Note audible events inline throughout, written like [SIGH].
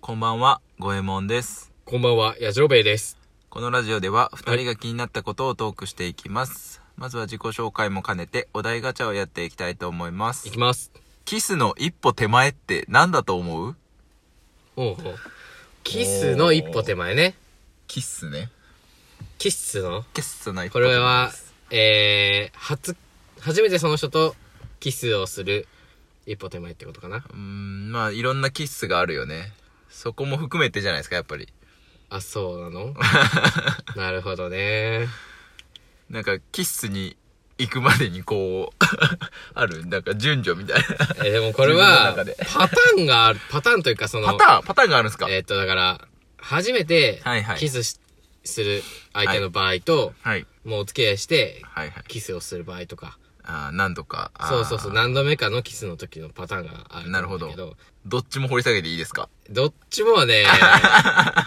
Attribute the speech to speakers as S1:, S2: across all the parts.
S1: こんばんは、ごえもんです。
S2: こんばんは、やじろべえです。
S1: このラジオでは2人が気になったことをトークしていきます。まずは自己紹介も兼ねてお題ガチャをやっていきたいと思います
S2: いき。ます。
S1: キスの一歩手前って何だと思う
S2: おうおうキスの一歩手前ね。
S1: キスね。
S2: キスの
S1: キスの一
S2: こ
S1: 歩手前
S2: れは
S1: です。、
S2: えー、初、初めてその人とキスをする一歩手前ってことかな。
S1: うーん、まあいろんなキスがあるよね。そこも含めてじゃないですか、やっぱり。
S2: あ、そう
S1: [LAUGHS]
S2: なのなるほどね。
S1: なんかキスに行くまでにこう、 [LAUGHS] ある、なんか順序みたいな。
S2: えーでもこれ
S1: 自
S2: は、
S1: 分の中で
S2: パターンがある、パターンというかその、
S1: パターン、パターンがあるんですか
S2: えーっと、だから、初めて
S1: はいはい
S2: キスし、する相手の場合と、
S1: はい。
S2: もうお付き合いして、
S1: はいはい。
S2: キスをする場合とか、
S1: ああ、何度か。あー
S2: そうそうそう、何度目かのキスの時のパターンがあると思うんだけ
S1: な
S2: ど、
S1: どっちも掘り下げていいですか
S2: どっちも
S1: [LAUGHS]
S2: はね、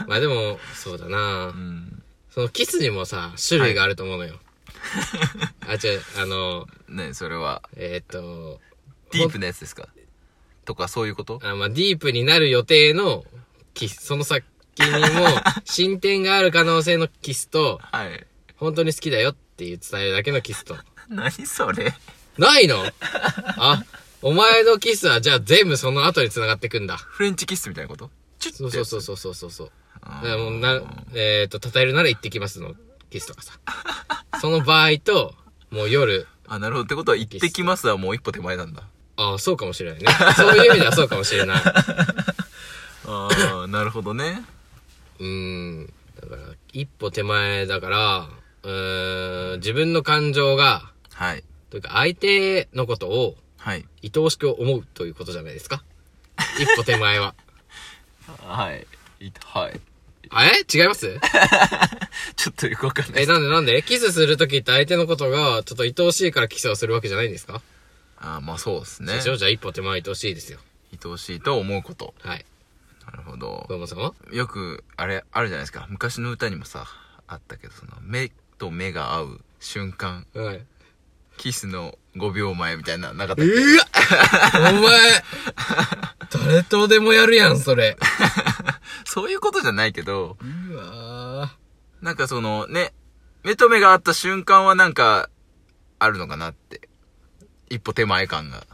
S2: まあでも、そうだな
S1: うん。
S2: そのキスにもさ、種類があると思うのよ。あ、違う、あの、
S1: ねそれは、
S2: えーっと、
S1: ディープなやつですかとか、そういうこと
S2: あまあディープになる予定のキス、その先にも進展がある可能性のキスと、
S1: はい。
S2: 本当に好きだよっていう伝えるだけのキスと。
S1: 何それ
S2: ない
S1: [LAUGHS]
S2: のあ、お前のキスはじゃあ全部その後に繋がってくんだ。
S1: フレンチキスみたいなことチュッ
S2: そうそうそうそうそうそうそう。
S1: あ
S2: だから
S1: ー
S2: もうな、えっ、と、称えるなら行ってきますの、キスとかさ。 [LAUGHS] その場合と、もう夜、
S1: あ、なるほど。ってことは、行ってきますはもう一歩手前なんだ。
S2: ああ、そうかもしれないね。 [LAUGHS] そういう意味ではそうかもしれない。
S1: ああ、なるほどね。
S2: うーん。だから、一歩手前だから、うーん、自分の感情が、
S1: はい。
S2: というか相手のことを
S1: はい。
S2: 愛おしく思うということじゃないですか。一歩手前は。 [LAUGHS]
S1: はい。いはい。
S2: あえ違います
S1: ちょっとよくわかんない
S2: え、。なんでなんでキスするときって相手のことが、ちょっと愛おしいからキスをするわけじゃないんですか
S1: ああ、まあそうですね。
S2: 一応じゃあ一歩手前愛おしいですよ。
S1: 愛おしいと思うこと。
S2: はい。
S1: なるほど
S2: 小。山さんは
S1: よく、あれ、あるじゃないですか。昔の歌にもさ、あったけど、その、目と目が合う瞬間。
S2: はい。
S1: キスの5秒前みたいな、なかったっけ
S2: うわお前、誰とでもやるやん、それ。
S1: そういうことじゃないけど、
S2: うわ
S1: なんかそのね、目と目が合った瞬間はなんか、あるのかなって。一歩手前感が。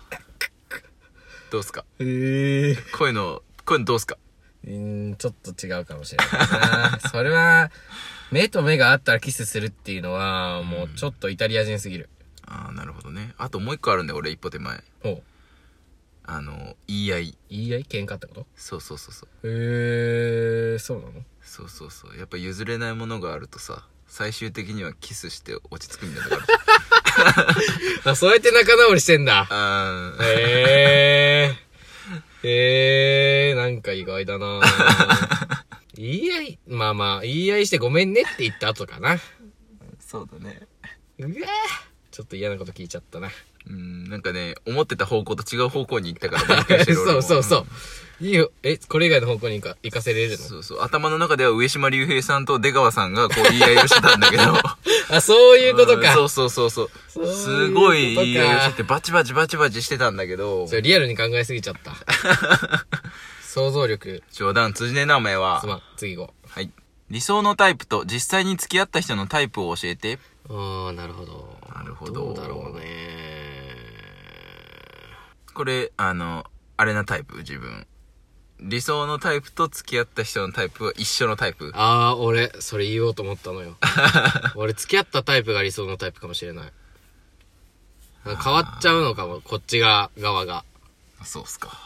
S1: どうすか
S2: ええ
S1: こういうの、こういうのどうすか
S2: うん、ちょっと違うかもしれない [LAUGHS] な。それは、目と目があったらキスするっていうのは、もうちょっとイタリア人すぎる。
S1: ああ、なるほどね。あともう一個あるんだよ、俺一歩手前。
S2: おう
S1: あの、言い合い。
S2: 言い合い喧嘩ってこと
S1: そうそうそうそう。
S2: へえー、そうなの
S1: そうそうそう。やっぱ譲れないものがあるとさ、最終的にはキスして落ち着くみたいなのがある。
S2: あ、そうやって仲直りしてんだ。
S1: あ
S2: [LAUGHS]
S1: ー
S2: へえー。へえー、なんか意外だ [LAUGHS] な言い合い、まあまあ、言い合いしてごめんねって言った後かな。
S1: そうだね。
S2: うわーちょっと嫌なこと聞いちゃったな。
S1: うん、なんかね、思ってた方向と違う方向に行ったから、
S2: [LAUGHS] [LAUGHS] そうそう
S1: う
S2: そう。いいよ。え、これ以外の方向に行か行かせれるの
S1: そうそう。頭の中では上島竜兵さんと出川さんがこう言い合いをしてたんだ [LAUGHS] けど。
S2: あ、そういうこと
S1: うん
S2: か。
S1: そうそうそうそう。
S2: そういうことか
S1: すごい言い合いをしてて、バチバチバチバチしてたんだけど
S2: そ。れリアルに考えすぎちゃった。 [LAUGHS] 想像力。
S1: 冗談通じねえな、お前は
S2: す。まん。次行こ
S1: はい。理想のタイプと実際に付き合った人のタイプを教えて。
S2: う。あー、なるほど。
S1: なるほど
S2: どうだろうね。
S1: これ、あの、あれなタイプ、自分。理想のタイプと付き合った人のタイプは一緒のタイプ。
S2: あー、俺、それ言おうと思ったの [LAUGHS] よ。俺、付き合ったタイプが理想のタイプかもしれない。変わっちゃうのかも、こっちが、側が。
S1: そうっすか。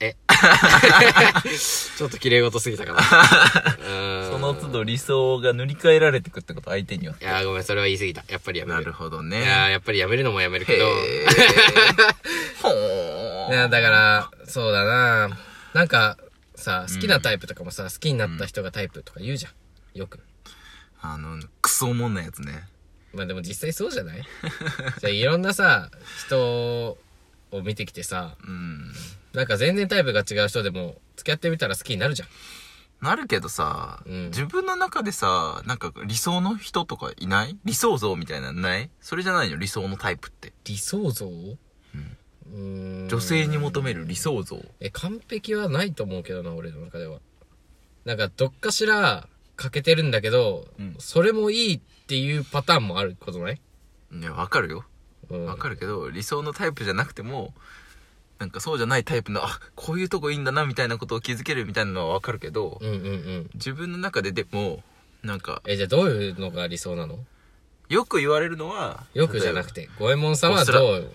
S2: ちょっと綺麗事すぎたかな。 [LAUGHS] そ
S1: その都度理想が塗り替えられてくってこと、相手によって
S2: いやーごめん、それは言い過ぎた。やっぱりやめ
S1: な
S2: る。
S1: るほど
S2: いやー
S1: ね。
S2: やっぱりやめるのもやめるけ
S1: へ
S2: ど。
S1: え。
S2: [LAUGHS]
S1: ほー
S2: いやだから、そうだななんか、さ、好きなタイプとかもさ、好きになった人がタイプとか言うじゃん。よく。
S1: あの、クソおもんなやつね。
S2: まあでも実際そうじゃない [LAUGHS] じゃあいろんなさ、人を見てきてさ、
S1: うん。
S2: なんか全然タイプが違う人でも、付き合ってみたら好きになるじゃん。
S1: なるけどさ、
S2: うん
S1: 自分の中でさ、なんか理想の人とかいない理想像みたいなのないそれじゃないの理想のタイプって。
S2: 理想像、うーん
S1: 女性に求める理想像。
S2: え完璧はないと思うけどな俺の中ではなんかどっかしら欠けてるんだけど、
S1: うん
S2: それもいいっていうパターンもあることない
S1: いや、わかるよ。
S2: うん
S1: わかるけど、理想のタイプじゃなくても、なんかそうじゃないタイプの、あ、こういうとこいいんだな、みたいなことを気づけるみたいなのはわかるけど、
S2: うんうんうん
S1: 自分の中ででも、なんか、
S2: えじゃあどういうのが理想なの
S1: よく言われるのは、
S2: よくじゃなくて五右衛門さんは
S1: おそら
S2: どう
S1: 例えば。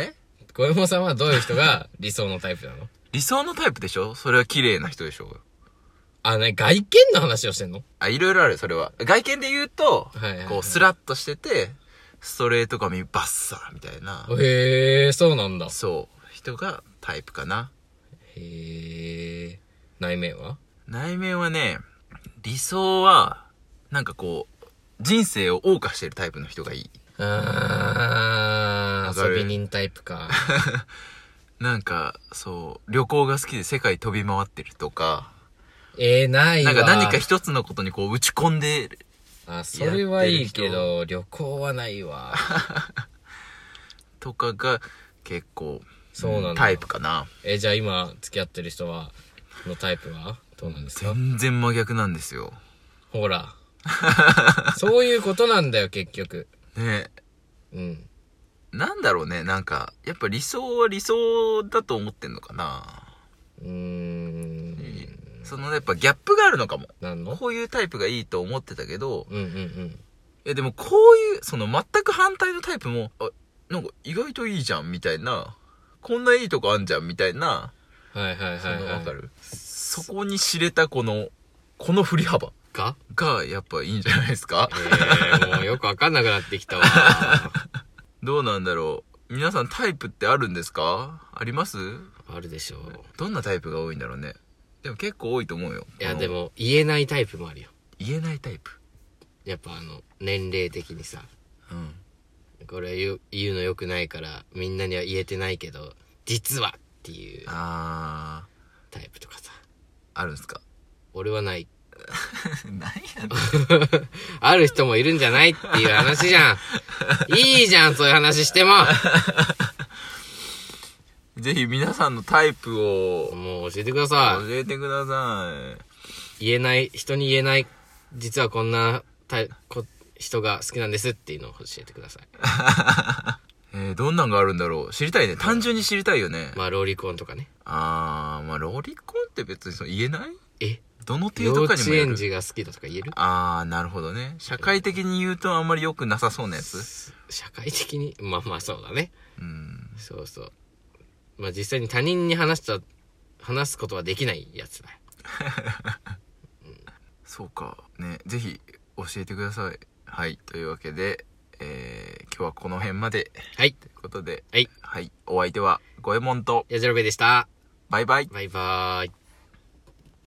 S1: え
S2: 五右衛門さんはどういう人が理想のタイプなの
S1: 理想のタイプでしょそれは綺麗な人でしょ
S2: [LAUGHS] あね外見の話をしてんの
S1: あ、いろいろある、それは。外見で言うと、
S2: はいはいはい
S1: こう、スラッとしてて、ストレート髪バッサーみたいな、
S2: へえそうなんだ
S1: そう、人がタイプかな。
S2: へえ内面は
S1: 内面はね、理想は、なんかこう、人生を謳歌してるタイプの人がいい。
S2: あ
S1: わか
S2: ー
S1: る
S2: 遊び人タイプか
S1: なんか、そう、旅行が好きで世界飛び回ってるとか、
S2: えー、ない
S1: な
S2: わ
S1: んか何か一つのことにこう打ち込んでる。
S2: あ、それはいいけど、旅行はないわ。
S1: とかが結構
S2: そうなんだ
S1: タイプかな
S2: [LAUGHS] え、じゃあ今付き合ってる人は、のタイプはどうなんですか
S1: 全然真逆なんですよ
S2: ほ [LAUGHS] ら。そういうことなんだよ、結局。
S1: ね
S2: うん。
S1: なんだろうねなんかやっぱ理想は理想だと思ってんのかな、
S2: うーん。
S1: そのやっぱギャップがあるのかも
S2: なんの
S1: こういうタイプがいいと思ってたけど
S2: うんうんうん。
S1: いやでもこういうその全く反対のタイプもあなんか意外といいじゃんみたいなこんないいとこあんじゃんみたいな
S2: はいはい
S1: そ
S2: はい、はい。
S1: のわかるそこに知れたこのこの振り幅
S2: か
S1: がやっぱいいんじゃないですか
S2: えー、もうよくわかんなくなってきた [LAUGHS] わ。
S1: どうなんだろう皆さんタイプってあるんですかあります
S2: あるでしょう。
S1: どんなタイプが多いんだろうねでも結構多いと思うよ
S2: い
S1: あ
S2: や、
S1: の
S2: でも、言えないタイプもあるよ。
S1: 言えないタイプ
S2: やっぱあの、年齢的にさ。
S1: うん
S2: これ言う言うの良くないから、みんなには言えてないけど、実はっていう
S1: あ
S2: タイプとかさ。
S1: ーあるんですか
S2: 俺はない。
S1: 何やねん
S2: ある人もいるんじゃないっていう話
S1: [LAUGHS]
S2: じゃん。いいじゃん、そういう話しても。
S1: [LAUGHS] ぜひ皆さんのタイプを
S2: もう教えてくだ
S1: 教
S2: さ
S1: えてくださ
S2: い。言えない、人に言えない、実はこんなタイこ人が好きなんですっていうのを教えてください。
S1: い、えー、どんなんがあるんだろう知りたいね単純に知りたいよね、
S2: まあ、ローリコンとかね。
S1: あーまあロリコンって別にその言えない
S2: え
S1: どの程
S2: 幼
S1: 度か
S2: 稚
S1: にもよ
S2: 園
S1: る
S2: 児が好きだとか言える
S1: ああなるほどね社会的に言うとあんまり良くなさそうなやつ
S2: 社会的に、まあまあそうだね。
S1: うん
S2: そうそう。まあ実際に他人に話した、話すことはできないやつだよ。
S1: そうか。ね、ぜひ教えてください。はい。というわけで、えー、今日はこの辺まで。
S2: はい。
S1: ということで、
S2: はい。
S1: はい。お相手は、五右衛門と、
S2: やじろべえでした。
S1: バイバイ。
S2: バイバーイ。